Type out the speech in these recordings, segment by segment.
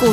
股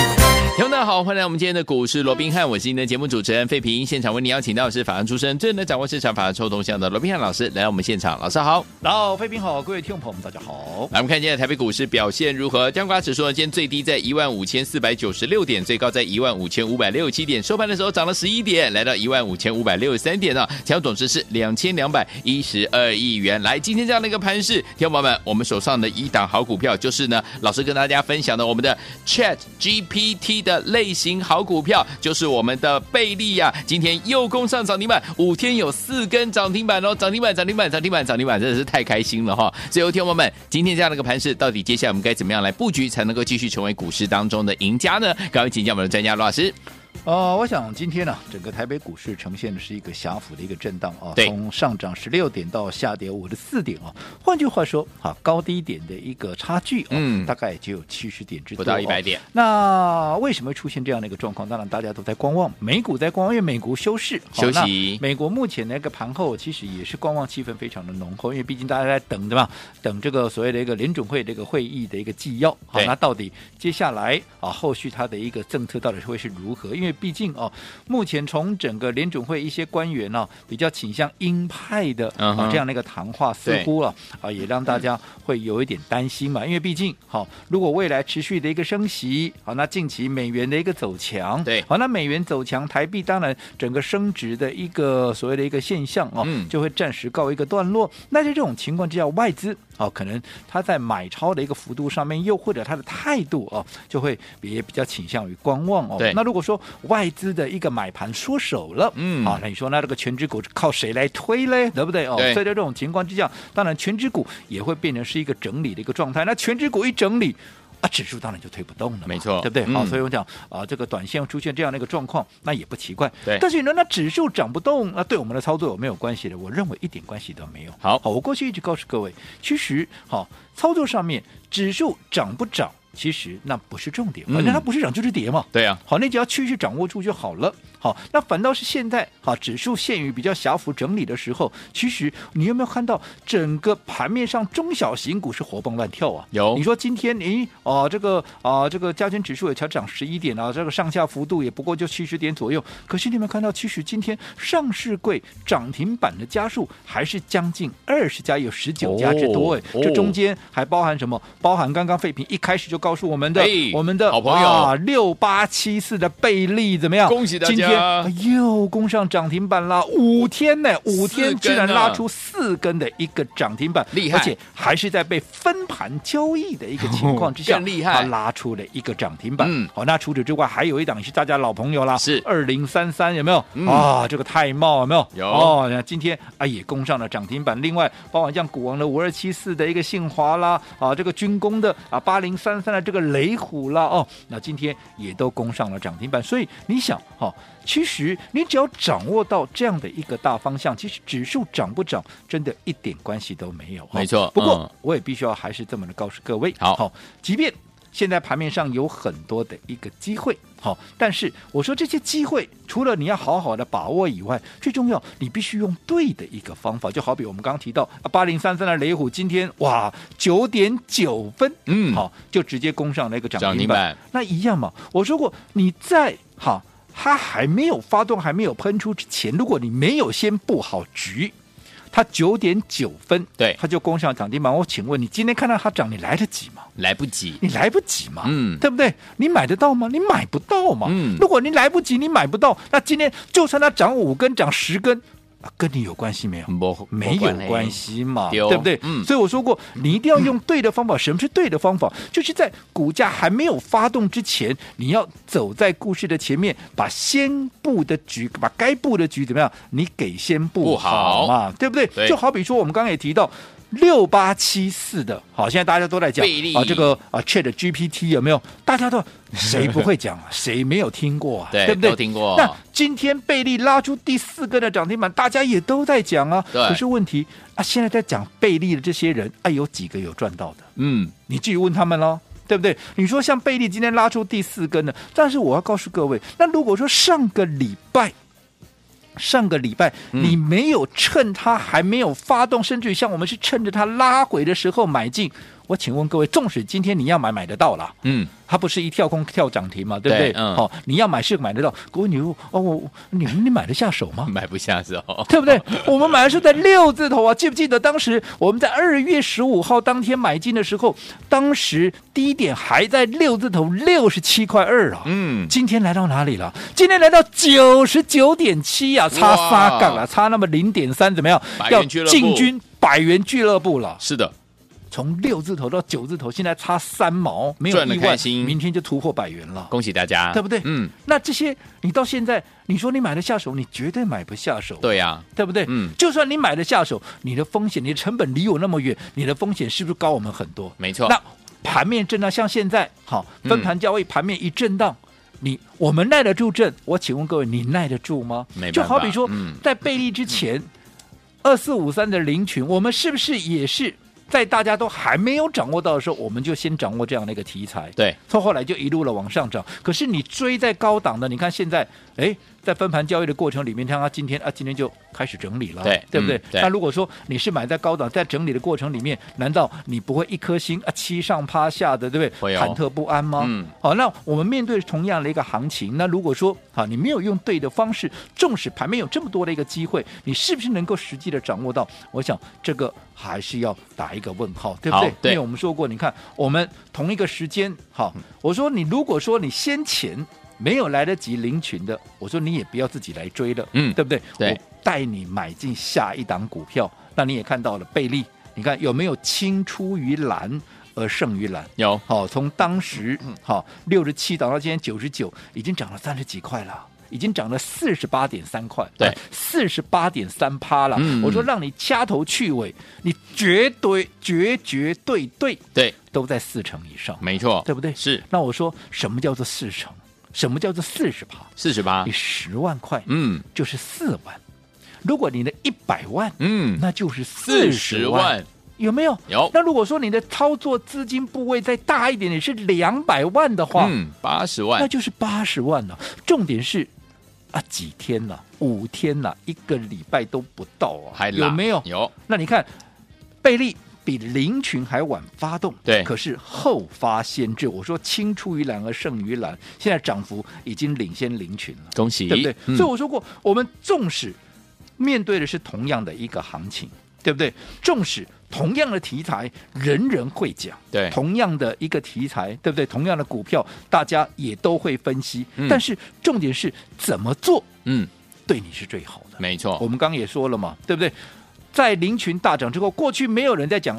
听众大家好，欢迎来我们今天的股市罗宾汉，我是您的节目主持人费平。现场为您邀请到的是法案出身、最能掌握市场法案臭动向的罗宾汉老师来到我们现场，老师好。老费平好，各位听众朋友们，大家好。来，我们看今天的台北股市表现如何？加权指数呢，今天最低在15,496点，最高在15,567点，收盘的时候涨了11点，来到15,563点啊，成交总值是2,212亿元。来，今天这样的一个盘势，听众朋友们，我们手上的一档好股票就是呢，老师跟大家分享的我们的 Chat GPT 的类型好股票，就是我们的贝利呀、今天又攻上涨停板，五天有四根涨停板哦，涨停板，涨停板，涨停板，涨停板，真的是太开心了哈！所以，有天友们，今天这样的一个盘势，到底接下来我们该怎么样来布局，才能够继续成为股市当中的赢家呢？赶快请教我们的专家罗老师。呃，我想今天呢、整个台北股市呈现的是一个狭幅的一个震荡啊，对从上涨十六点到下跌五十四点啊。换句话说，啊，高低点的一个差距啊，嗯大概也只有七十点之不多、啊到100点。那为什么会出现这样的一个状况？当然，大家都在观望，美股在观望，因为美股休市好休那息美国目前那个盘后其实也是观望气氛非常的浓厚，因为毕竟大家在等对吧？等这个所谓的一个联准会这个会议的一个纪要。好，对那到底接下来啊，后续它的一个政策到底会是如何？因为毕竟哦、目前从整个联准会一些官员呢、啊比较倾向鹰派的嗯啊哼这样的一个谈话，似对乎啊啊也让大家会有一点担心嘛。因为毕竟好、如果未来持续的一个升息，好、那近期美元的一个走强，对好、那美元走强，台币当然整个升值的一个所谓的一个现象哦，嗯就会暂时告一个段落。那在这种情况之下，外资哦，可能它在买超的一个幅度上面，又或者它的态度哦，就会也比较倾向于观望哦对。那如果说外资的一个买盘缩手了，嗯啊，那你说那这个全指股靠谁来推嘞？对不对？哦，对所以在这种情况之下，当然全指股也会变成是一个整理的一个状态。那全指股一整理。啊，指数当然就推不动了嘛，没错对不对？嗯好、所以我讲啊，这个短线出现这样的一个状况，那也不奇怪。对但是你说那指数涨不动，啊那对我们的操作有没有关系的？我认为一点关系都没有。好好，我过去一直告诉各位，其实好、操作上面指数涨不涨，其实那不是重点，嗯反正它不是涨就是跌嘛。对啊，好，你只要趋势掌握住就好了。好，那反倒是现在，好指数陷于比较狭幅整理的时候，其实你有没有看到整个盘面上中小型股是活蹦乱跳啊？有你说今天，诶，哦、这个啊、这个加权指数也才涨十一点啊，这个上下幅度也不过就七十点左右。可是你有没有看到，其实今天上市柜涨停板的家数还是将近二十家，有十九家之多、哦诶，这哦中间还包含什么？包含刚刚费平一开始就告诉我们的，哎我们的好朋友啊六八七四的贝利怎么样？恭喜大家今天哎又攻上涨停板啦，五天呢，五天四居根啊然拉出四根的一个涨停板，厉害而且还是在被分盘交易的一个情况之下，哦更厉害它拉出了一个涨停板。嗯好，那除此之外，还有一档也是大家老朋友啦，是二零三三有没有？嗯啊，这个泰茂有没有？有哦，那今天啊也攻上了涨停板。另外，包含像股王的五二七四的一个信华啦，啊这个军工的啊八零三三的这个雷虎啦，哦，那今天也都攻上了涨停板。所以你想，哦，其实你只要掌握到这样的一个大方向，其实指数涨不涨真的一点关系都没有。哦没错不过、嗯我也必须要还是这么的告诉各位，好即便现在盘面上有很多的一个机会，好，但是我说这些机会，除了你要好好的把握以外，最重要你必须用对的一个方法。就好比我们刚刚提到八零三三的雷虎，今天哇九点九分，嗯好，就直接攻上了一个涨涨停停板，板那一样嘛。我说过，你在好它还没有发动、还没有喷出之前，如果你没有先布好局。它九点九分，对它就攻上涨停板。我请问你，今天看到它涨，你来得及吗？来不 及，你来不及嘛，嗯对不对？你买得到吗？你买不到嘛。嗯如果你来不及，你买不到，那今天就算它涨五根、涨十根、啊跟你有关系没有？没没有关，系嘛，对哦对不对？嗯所以我说过，你一定要用对的方法。什么是对的方法？就是在股价还没有发动之前，你要走在故事的前面，把先布的局，把该布的局怎么样，你给先布布好嘛，对不对？对就好比说，我们刚刚也提到。六八七四的，好，现在大家都在讲贝利啊，这个啊 Chat GPT 有没有？大家都谁不会讲啊？谁没有听过啊？对不对？都听过那今天贝利拉出第四根的涨停板，大家也都在讲啊。对可是问题啊，现在在讲贝利的这些人，哎、有几个有赚到的？嗯，你自己问他们喽。对不对？你说像贝利今天拉出第四根呢，但是我要告诉各位，那如果说上个礼拜，上个礼拜、嗯你没有趁它还没有发动，甚至于像我们是趁着它拉回的时候买进，我请问各位，纵使今天你要买买得到啦，嗯，它不是一跳空跳涨停嘛，对不对对？嗯好、你要买是买得到，各位你说哦，我你你买得下手吗？ 买不下手，对不对？我们买的是在六字头啊，记不记得当时我们在二月十五号当天买进的时候，当时低点还在六字头六十七块二啊。嗯，今天来到哪里了？今天来到九十九点七啊，差哇三杠了，差那么零点三，怎么样百？要元俱乐部进军百元俱乐部了。是的，从六字头到九字头，现在差三毛，没有赚得意外开，心明天就突破百元了。恭喜大家，对不对嗯，那这些你到现在，你说你买得下手，你绝对买不下手。对呀，对不对？嗯就算你买得下手，你的风险、你的成本离我那么远，你的风险是不是高我们很多？没错，嗯那盘面震荡，像现在好分盘交易，盘面一震荡。你我们耐得住震，我请问各位，你耐得住吗没？办就法好比说，嗯在贝利之前，二四五三的零群，我们是不是也是在大家都还没有掌握到的时候，我们就先掌握这样的一个题材？对，从后来就一路的往上涨。可是你追在高档的，你看现在，哎，在分盘交易的过程里面，看它今天啊，今天就开始整理了，对不对嗯？对那如果说你是买在高档，在整理的过程里面，难道你不会一颗心啊七上八下的，对不会对？哦忐忑不安吗？嗯好，那我们面对同样的一个行情，那如果说啊，你没有用对的方式，纵使盘面有这么多的一个机会，你是不是能够实际的掌握到？我想这个还是要打一个问号，对不对好？对因为我们说过，你看我们同一个时间，好，我说你如果说你先前没有来得及领取的，我说你也不要自己来追了，嗯对不对？对我带你买进下一档股票，那你也看到了贝利，你看有没有青出于蓝而胜于蓝？有，好，从当时嗯好六十七涨到今天九十九，已经涨了三十几块了。已经涨了四十八点三块，哎对，四十八点三趴了。嗯我说让你掐头去尾，你绝对、绝绝对对对，都在四成以上，没错，对不对？是那我说什么叫做四成？什么叫做四十趴？四十八你，十万块，啊嗯就是四万。如果你的一百万，嗯，那就是四四十十万，万有没有？有，那如果说你的操作资金部位再大一点，你是两百万的话，嗯，八十那万，就是八十万了。重点是啊，几天了、五天了、一个礼拜都不到啊，还拉有没有？有，那你看，贝利比林群还晚发动，对可是后发先至。我说青出于蓝而胜于蓝，现在涨幅已经领先林群了，恭喜，对不对？嗯所以我说过，我们纵使面对的是同样的一个行情，对不对？纵使同样的题材，人人会讲。对同样的一个题材，对不对？同样的股票，大家也都会分析。嗯但是重点是怎么做嗯，对你是最好的。没我错，们刚刚也说了嘛，对不对？在林群大涨之后，过去没有人在讲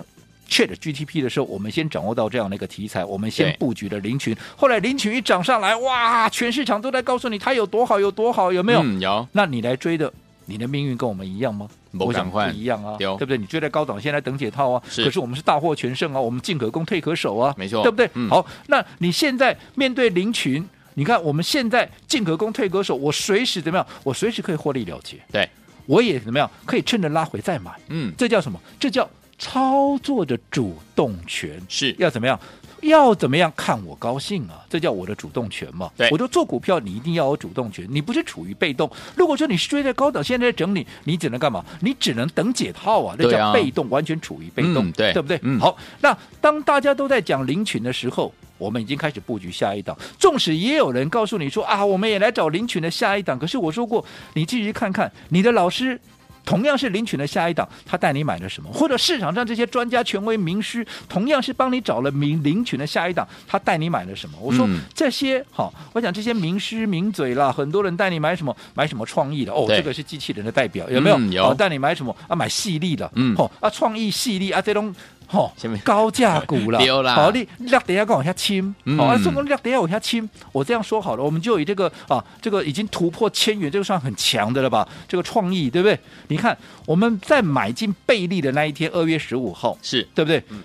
Chat GTP 的时候，我们先掌握到这样的一个题材，我们先对布局了林群。后来林群一涨上来，哇，全市场都在告诉你它有多好，有多好，有没有？嗯，有，那你来追的，你的命运跟我们一样吗？不我想赶快不一样啊，对哦不对？你追在高档，现在等解套啊。是可是我们是大获全胜啊，我们进可攻，退可守啊，没错对不对？嗯好，那你现在面对林群，你看我们现在进可攻，退可守，我随时怎么样？我随时可以获利了结，对，我也怎么样？可以趁着拉回再买，嗯，这叫什么？这叫操作的主动权。是，要怎么样？要怎么样看我高兴啊？这叫我的主动权嘛。对我就做股票，你一定要有主动权，你不是处于被动。如果说你是追在高档，现在在整理，你只能干嘛？你只能等解套啊，那对啊叫被动，完全处于被动，嗯对对不对？嗯好，那当大家都在讲林群的时候。我们已经开始布局下一档，纵使也有人告诉你说啊，我们也来找林群的下一档。可是我说过，你继续看看你的老师同样是林群的下一档，他带你买了什么？或者市场上这些专家、权威、名师，同样是帮你找了名林群的下一档，他带你买了什么？我说、嗯这些好，我想这些名师名嘴啦，很多人带你买什么？买什么创意的？哦，对这个是机器人的代表，有没有？嗯有哦带你买什么啊？买细粒的，嗯哦啊，创意细粒啊，这种。吼下面，高价股啦，对啦好，你你等一下跟我往下亲，嗯好，啊，宋工你等一下往下亲，我这样说好了，我们就以这个啊，这个已经突破千元，这个算很强的了吧？这个创意对不对？你看我们在买进贝利的那一天，二月十五号，是对不对？嗯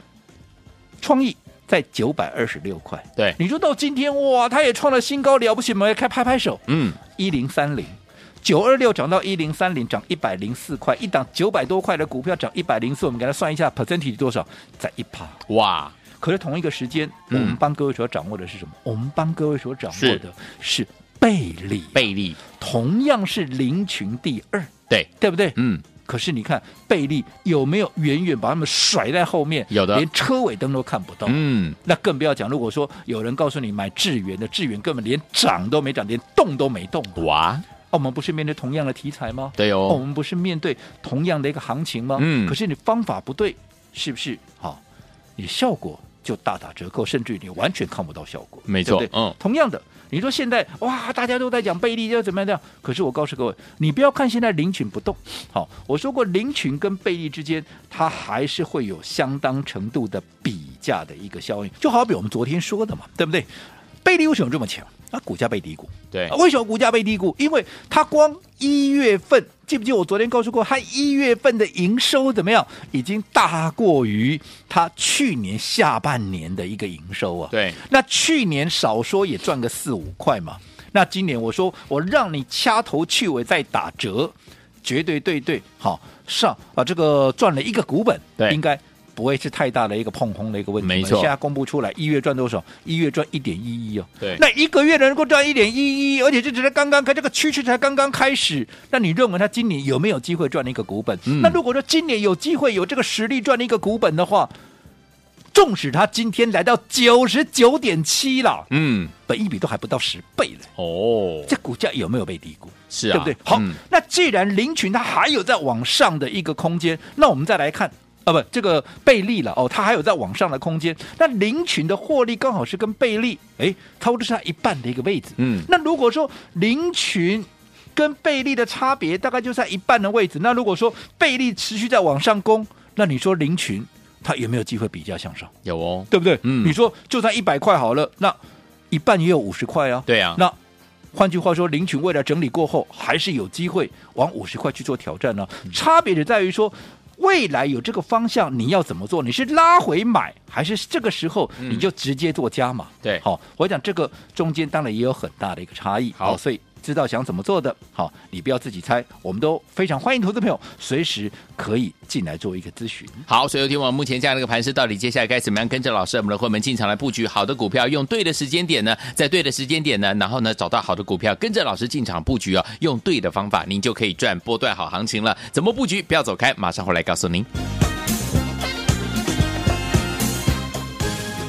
创意在九百二十六块，对，你说到今天哇，它也创了新高，了不起吗？开拍拍手，嗯，一零三零。九二六涨到一零三零，涨一百零四块，一档九百多块的股票涨一百零四，我们给它算一下 percentage 多少，在一趴。哇，可是同一个时间，嗯我们帮各位所掌握的是什么？我们帮各位所掌握是的是贝利，贝利，同样是林群第二，对，对不对？嗯，可是你看贝利有没有远远把他们甩在后面？有的连车尾灯都看不到。嗯，那更不要讲，如果说有人告诉你买智源的，智源根本连涨都没涨，连动都没动。哇，啊我们不是面对同样的题材吗？对哦我哦，们不是面对同样的一个行情吗？嗯可是你方法不对，是不是？好，你效果就大打折扣，甚至于你完全看不到效果。没错对不对嗯同样的，你说现在哇，大家都在讲贝利要怎么样怎么样，可是我告诉各位，你不要看现在林群不动。好，我说过林群跟贝利之间，它还是会有相当程度的比价的一个效应，就好比我们昨天说的嘛，对不对？贝利为什么这么强？啊，股价被低估。对啊，为什么股价被低估？因为它光一月份，记不记得我昨天告诉过，它一月份的营收怎么样，已经大过于它去年下半年的一个营收啊。对，那去年少说也赚个四五块嘛，那今年我说我让你掐头去尾再打折，绝对对对，好上啊这个赚了一个股本，对应该。不会是太大的一个碰空的一个问题嘛，没错现在公布出来，一月赚多少？一月赚一点一一哦。对那一个月能够赚一点一一，而且这只是刚刚开，这个趋势才刚刚开始。那你认为它今年有没有机会赚一个股本？嗯那如果说今年有机会有这个实力赚一个股本的话，纵使它今天来到九十九点七了，嗯，本一比都还不到十倍了，哦，这股价有没有被低估？是对啊，不对？好，嗯那既然林群它还有在往上的一个空间，那我们再来看。啊不，这个贝利了哦，它还有在往上的空间。那林群的获利刚好是跟贝利，哎，差不多是它一半的一个位置。嗯那如果说林群跟贝利的差别大概就在一半的位置，那如果说贝利持续在往上攻，那你说林群它有没有机会比价向上？有哦，对不对？嗯你说就算一百块好了，那一半也有五十块啊。对啊那换句话说，林群未来整理过后，还是有机会往五十块去做挑战呢、嗯差别只在于说。未来有这个方向，你要怎么做？你是拉回买，还是这个时候嗯你就直接做加码？对好，我讲这个中间当然也有很大的一个差异。好所以知道想怎么做的，好，你不要自己猜，我们都非常欢迎投资朋友随时可以进来做一个咨询。好，所以有听我目前这样的一个盘势，到底接下来该怎么样跟着老师我们的会员进场来布局好的股票，用对的时间点呢，在对的时间点呢，然后呢找到好的股票，跟着老师进场布局哦，用对的方法，您就可以赚波段好行情了。怎么布局？不要走开，马上回来告诉您。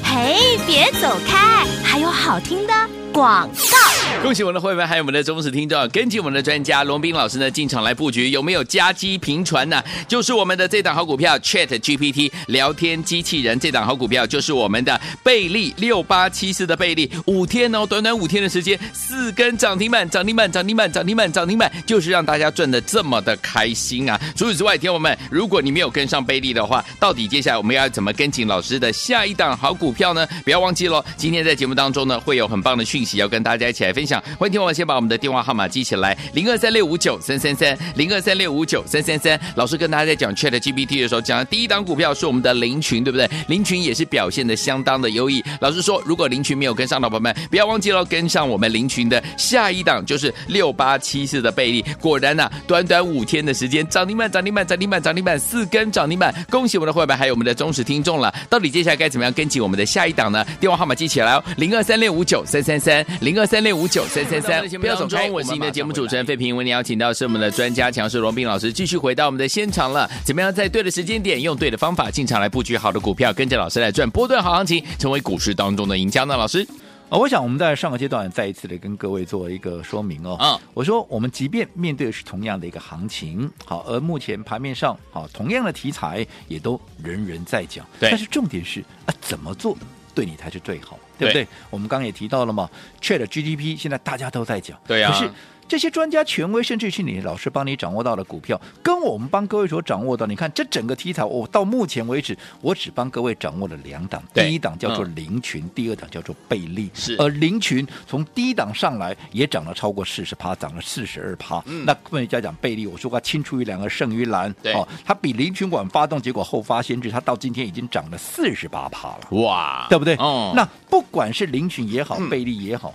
嘿，别走开，还有好听的广告。恭喜我们的会员，还有我们的忠实听众，根据我们的专家龙斌老师呢进场来布局，有没有夹击频传呢、就是我们的这档好股票 Chat GPT 聊天机器人，这档好股票就是我们的贝利六八七四的贝利，五天哦，短短五天的时间，四根涨停板，涨停板，涨停板，涨停板，涨停板，就是让大家赚的这么的开心啊！除此之外，听我们，如果你没有跟上贝利的话，到底接下来我们要怎么跟紧老师的下一档好股票呢？不要忘记喽，今天在节目当中呢，会有很棒的讯息要跟大家一起来分享。欢迎听我先把我们的电话号码记起来，零二三六五九三三三，零二三六五九三三三。老师跟大家在讲 Chat GPT 的时候，讲的第一档股票是我们的林群，对不对？林群也是表现的相当的优异。老师说，如果林群没有跟上的朋友们，不要忘记了跟上我们林群的下一档，就是六八七四的贝利。果然呐、啊短短五天的时间，涨停板，涨停板，涨停板，涨停板，四根涨停板，恭喜我们的会员，还有我们的忠实听众了。到底接下来该怎么样跟紧我们的下一档呢？电话号码记起来哦，零二三六五九三三三，零二三六五九三三三。不要走开，我是您的节目主持人费平，为您邀请到是我们的专家强势罗斌老师，继续回到我们的现场了。怎么样在对的时间点，用对的方法进场来布局好的股票，跟着老师来赚波段好行情，成为股市当中的赢家呢？老师，啊，我想我们在上个阶段再一次的跟各位做一个说明哦。嗯我说我们即便面对的是同样的一个行情，好，而目前盘面上好同样的题材也都人人在讲，对但是重点是啊，怎么做对你才是最好。对不对？我们刚刚也提到了嘛，Chat GDP 现在大家都在讲，对啊可是这些专家权威，甚至是你老师帮你掌握到的股票，跟我们帮各位所掌握到，你看这整个题材，我、到目前为止，我只帮各位掌握了两档，第对一档叫做嗯林群，第二档叫做贝利，是而林群从低档上来也涨了超过四十趴，涨了四十二趴，嗯那更加讲贝利，我说过青出于蓝而胜于蓝，对哦，它比林群晚发动，结果后发先至，它到今天已经涨了四十八趴了。哇，对不对？哦，那不管是林群也好，嗯贝利也好，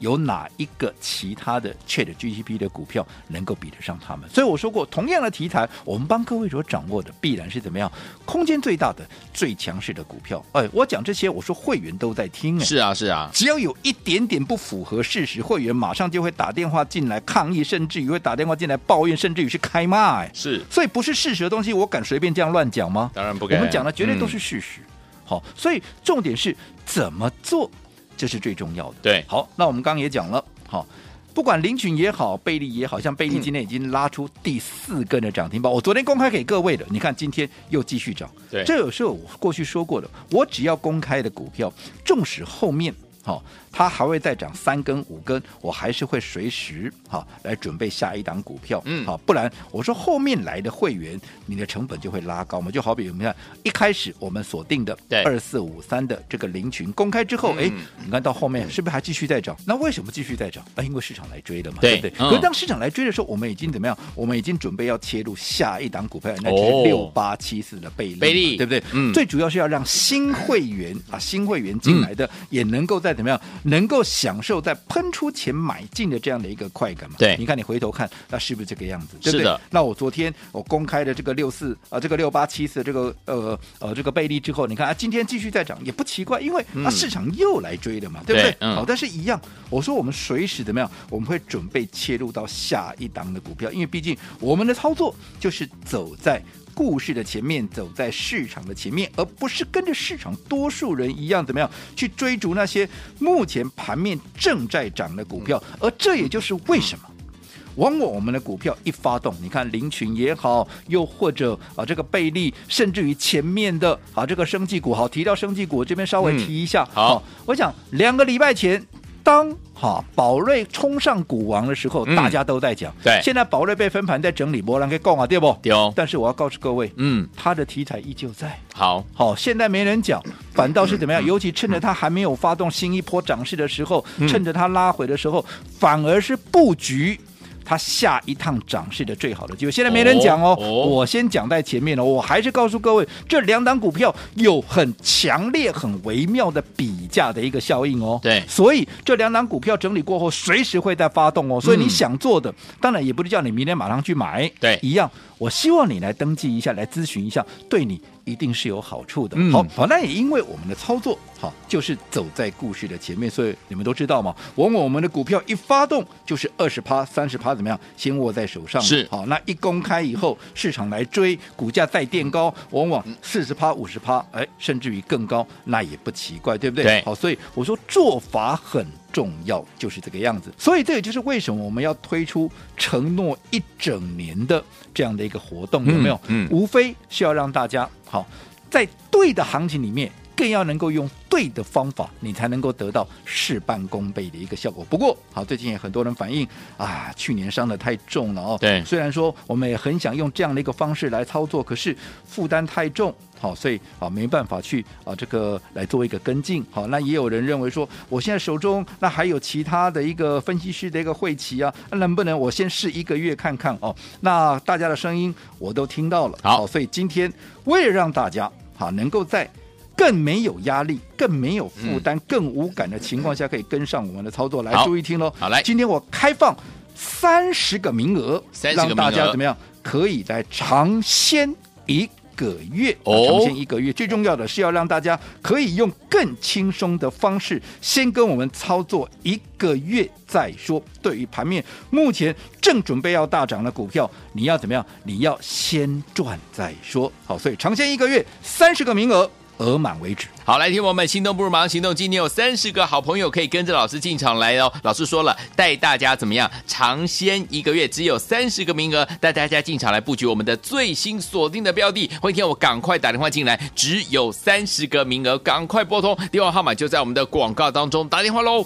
有哪一个其他的 Chat GTP 的股票能够比得上他们？所以我说过，同样的题材，我们帮各位所掌握的必然是怎么样？空间最大的、最强势的股票。哎，我讲这些，我说会员都在听、哎。是啊是啊，只要有一点点不符合事实，会员马上就会打电话进来抗议，甚至于会打电话进来抱怨，甚至于去开骂、哎，是，所以不是事实的东西，我敢随便这样乱讲吗？当然不我敢。们讲的绝对都是嗯事实。好，所以重点是怎么做，这是最重要的。嗯对好，那我们刚刚也讲了，好。不管林群也好，贝利也好，像贝嗯利今天已经拉出第四根的涨停板，我昨天公开给各位的，你看今天又继续涨。对这有时候我过去说过的，我只要公开的股票，纵使后面好、它还会再涨三根五根，我还是会随时好、来准备下一档股票。嗯好、不然我说后面来的会员，你的成本就会拉高嘛。就好比我们看一开始我们锁定的对二四五三的这个林群公开之后，哎、嗯你看到后面是不是还继续在涨？那为什么继续在涨？啊那、因为市场来追了嘛，对不对？嗯可是当市场来追的时候，我们已经怎么样？我们已经准备要切入下一档股票，那就是哦六八七四的贝利嘛，贝利对不对？嗯最主要是要让新会员啊，新会员进来的、嗯也能够在怎么样，能够享受在喷出前买进的这样的一个快感嘛。对你看你回头看，那是不是这个样子？对是不对的？那我昨天我公开的这个六四啊，这个六八七四这个呃呃这个贝利之后，你看啊，今天继续再涨也不奇怪，因为啊嗯市场又来追了嘛，对不对对？嗯好，但是一样，我说我们随时怎么样，我们会准备切入到下一档的股票，因为毕竟我们的操作就是走在。故事的前面，走在市场的前面，而不是跟着市场多数人一样怎么样去追逐那些目前盘面正在涨的股票，嗯而这也就是为什么。往往我们的股票一发动，你看林群也好，又或者啊这个贝利，甚至于前面的啊这个生技股，好，提到生技股我这边稍微嗯提一下，好我想两个礼拜前。当哈宝瑞冲上股王的时候，嗯大家都在讲。对现在宝瑞被分盘在整理，波兰给供啊，对不？丢，但是我要告诉各位，嗯，它的题材依旧在。好，好，现在没人讲，反倒是怎嗯么样？尤其趁着它还没有发动新一波涨势的时候，嗯趁着它拉回的时候，反而是布局。它下一趟涨势的最好的机会，现在没人讲哦，哦哦我先讲在前面了。我还是告诉各位，这两档股票有很强烈、很微妙的比价的一个效应哦。对所以这两档股票整理过后，随时会再发动哦。所以你嗯想做的，当然也不是叫你明天马上去买，对一样，我希望你来登记一下，来咨询一下，对你一定是有好处的。嗯好好，那也因为我们的操作好，就是走在故事的前面，所以你们都知道嘛，往往我们的股票一发动就是二十趴、三十趴，怎么样，先握在手上嘛是好，那一公开以后，市场来追，股价再垫高，往往四十趴、五十趴，哎，甚至于更高，那也不奇怪，对不对？对好，所以我说做法很重要，就是这个样子。所以这也就是为什么我们要推出承诺一整年的这样的一个活动，有没有？嗯嗯无非是要让大家好在对的行情里面。更要能够用对的方法，你才能够得到事半功倍的一个效果。不过，好，最近也很多人反映啊，去年伤的太重了哦。对虽然说我们也很想用这样的一个方式来操作，可是负担太重，好，所以啊没办法去啊这个来做一个跟进。好，那也有人认为说，我现在手中那还有其他的一个分析师的一个会期啊，那能不能我先试一个月看看哦？那大家的声音我都听到了，好所以今天为了让大家好能够在。更没有压力、更没有负担、更无感的情况下，可以跟上我们的操作。来，嗯好注意听喽！好来今天我开放三十个名额， 30个让大名家额怎么样可以来尝鲜一个月？啊哦尝鲜一个月，最重要的是要让大家可以用更轻松的方式，先跟我们操作一个月再说。对于盘面目前正准备要大涨的股票，你要怎么样？你要先赚再说。好，所以尝鲜一个月，三十个名额。额满为止。好，来，听我们心动不如马上行动。今天有三十个好朋友可以跟着老师进场来哦。老师说了，带大家怎么样尝鲜一个月，只有三十个名额，带大家进场来布局我们的最新锁定的标的。欢迎听我赶快打电话进来，只有三十个名额，赶快拨通，电话号码就在我们的广告当中，打电话喽。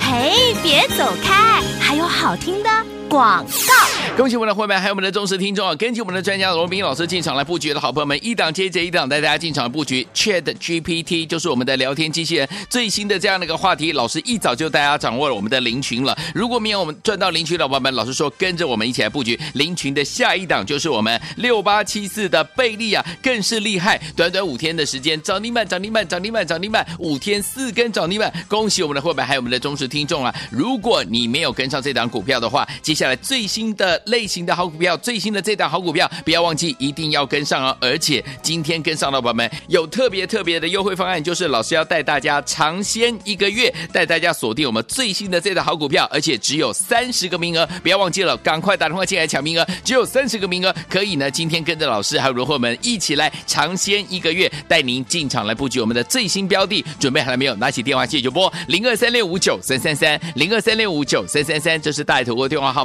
嘿，别走开，还有好听的广告。恭喜我们的会员，还有我们的忠实听众啊！根据我们的专家罗斌老师进场来布局的好朋友们，一档接着一档带大家进场布局 Chat GPT，就是我们的聊天机器人最新的这样的一个话题。老师一早就带大家掌握了我们的林群了。如果没有我们赚到林群的伙伴们，老师说跟着我们一起来布局林群的下一档，就是我们六八七四的贝利啊，更是厉害！短短五天的时间，涨停板，涨停板，涨停板，涨停板，五天四根涨停板，恭喜我们的会员，还有我们的忠实听众啊！如果你没有跟上这档股票的话，接下来最新的类型的好股票，最新的这档好股票，不要忘记一定要跟上哦。而且今天跟上的宝宝们有特别特别的优惠方案，就是老师要带大家尝鲜一个月，带大家锁定我们最新的这档好股票，而且只有三十个名额，不要忘记了，赶快打电话进来抢名额，只有三十个名额，可以呢，今天跟着老师还有罗慧们一起来尝鲜一个月，带您进场来布局我们的最新标的，准备好了没有？拿起电话线就拨零二三六五九三三三零二三六五九三三三，这是大爱投顾的电话号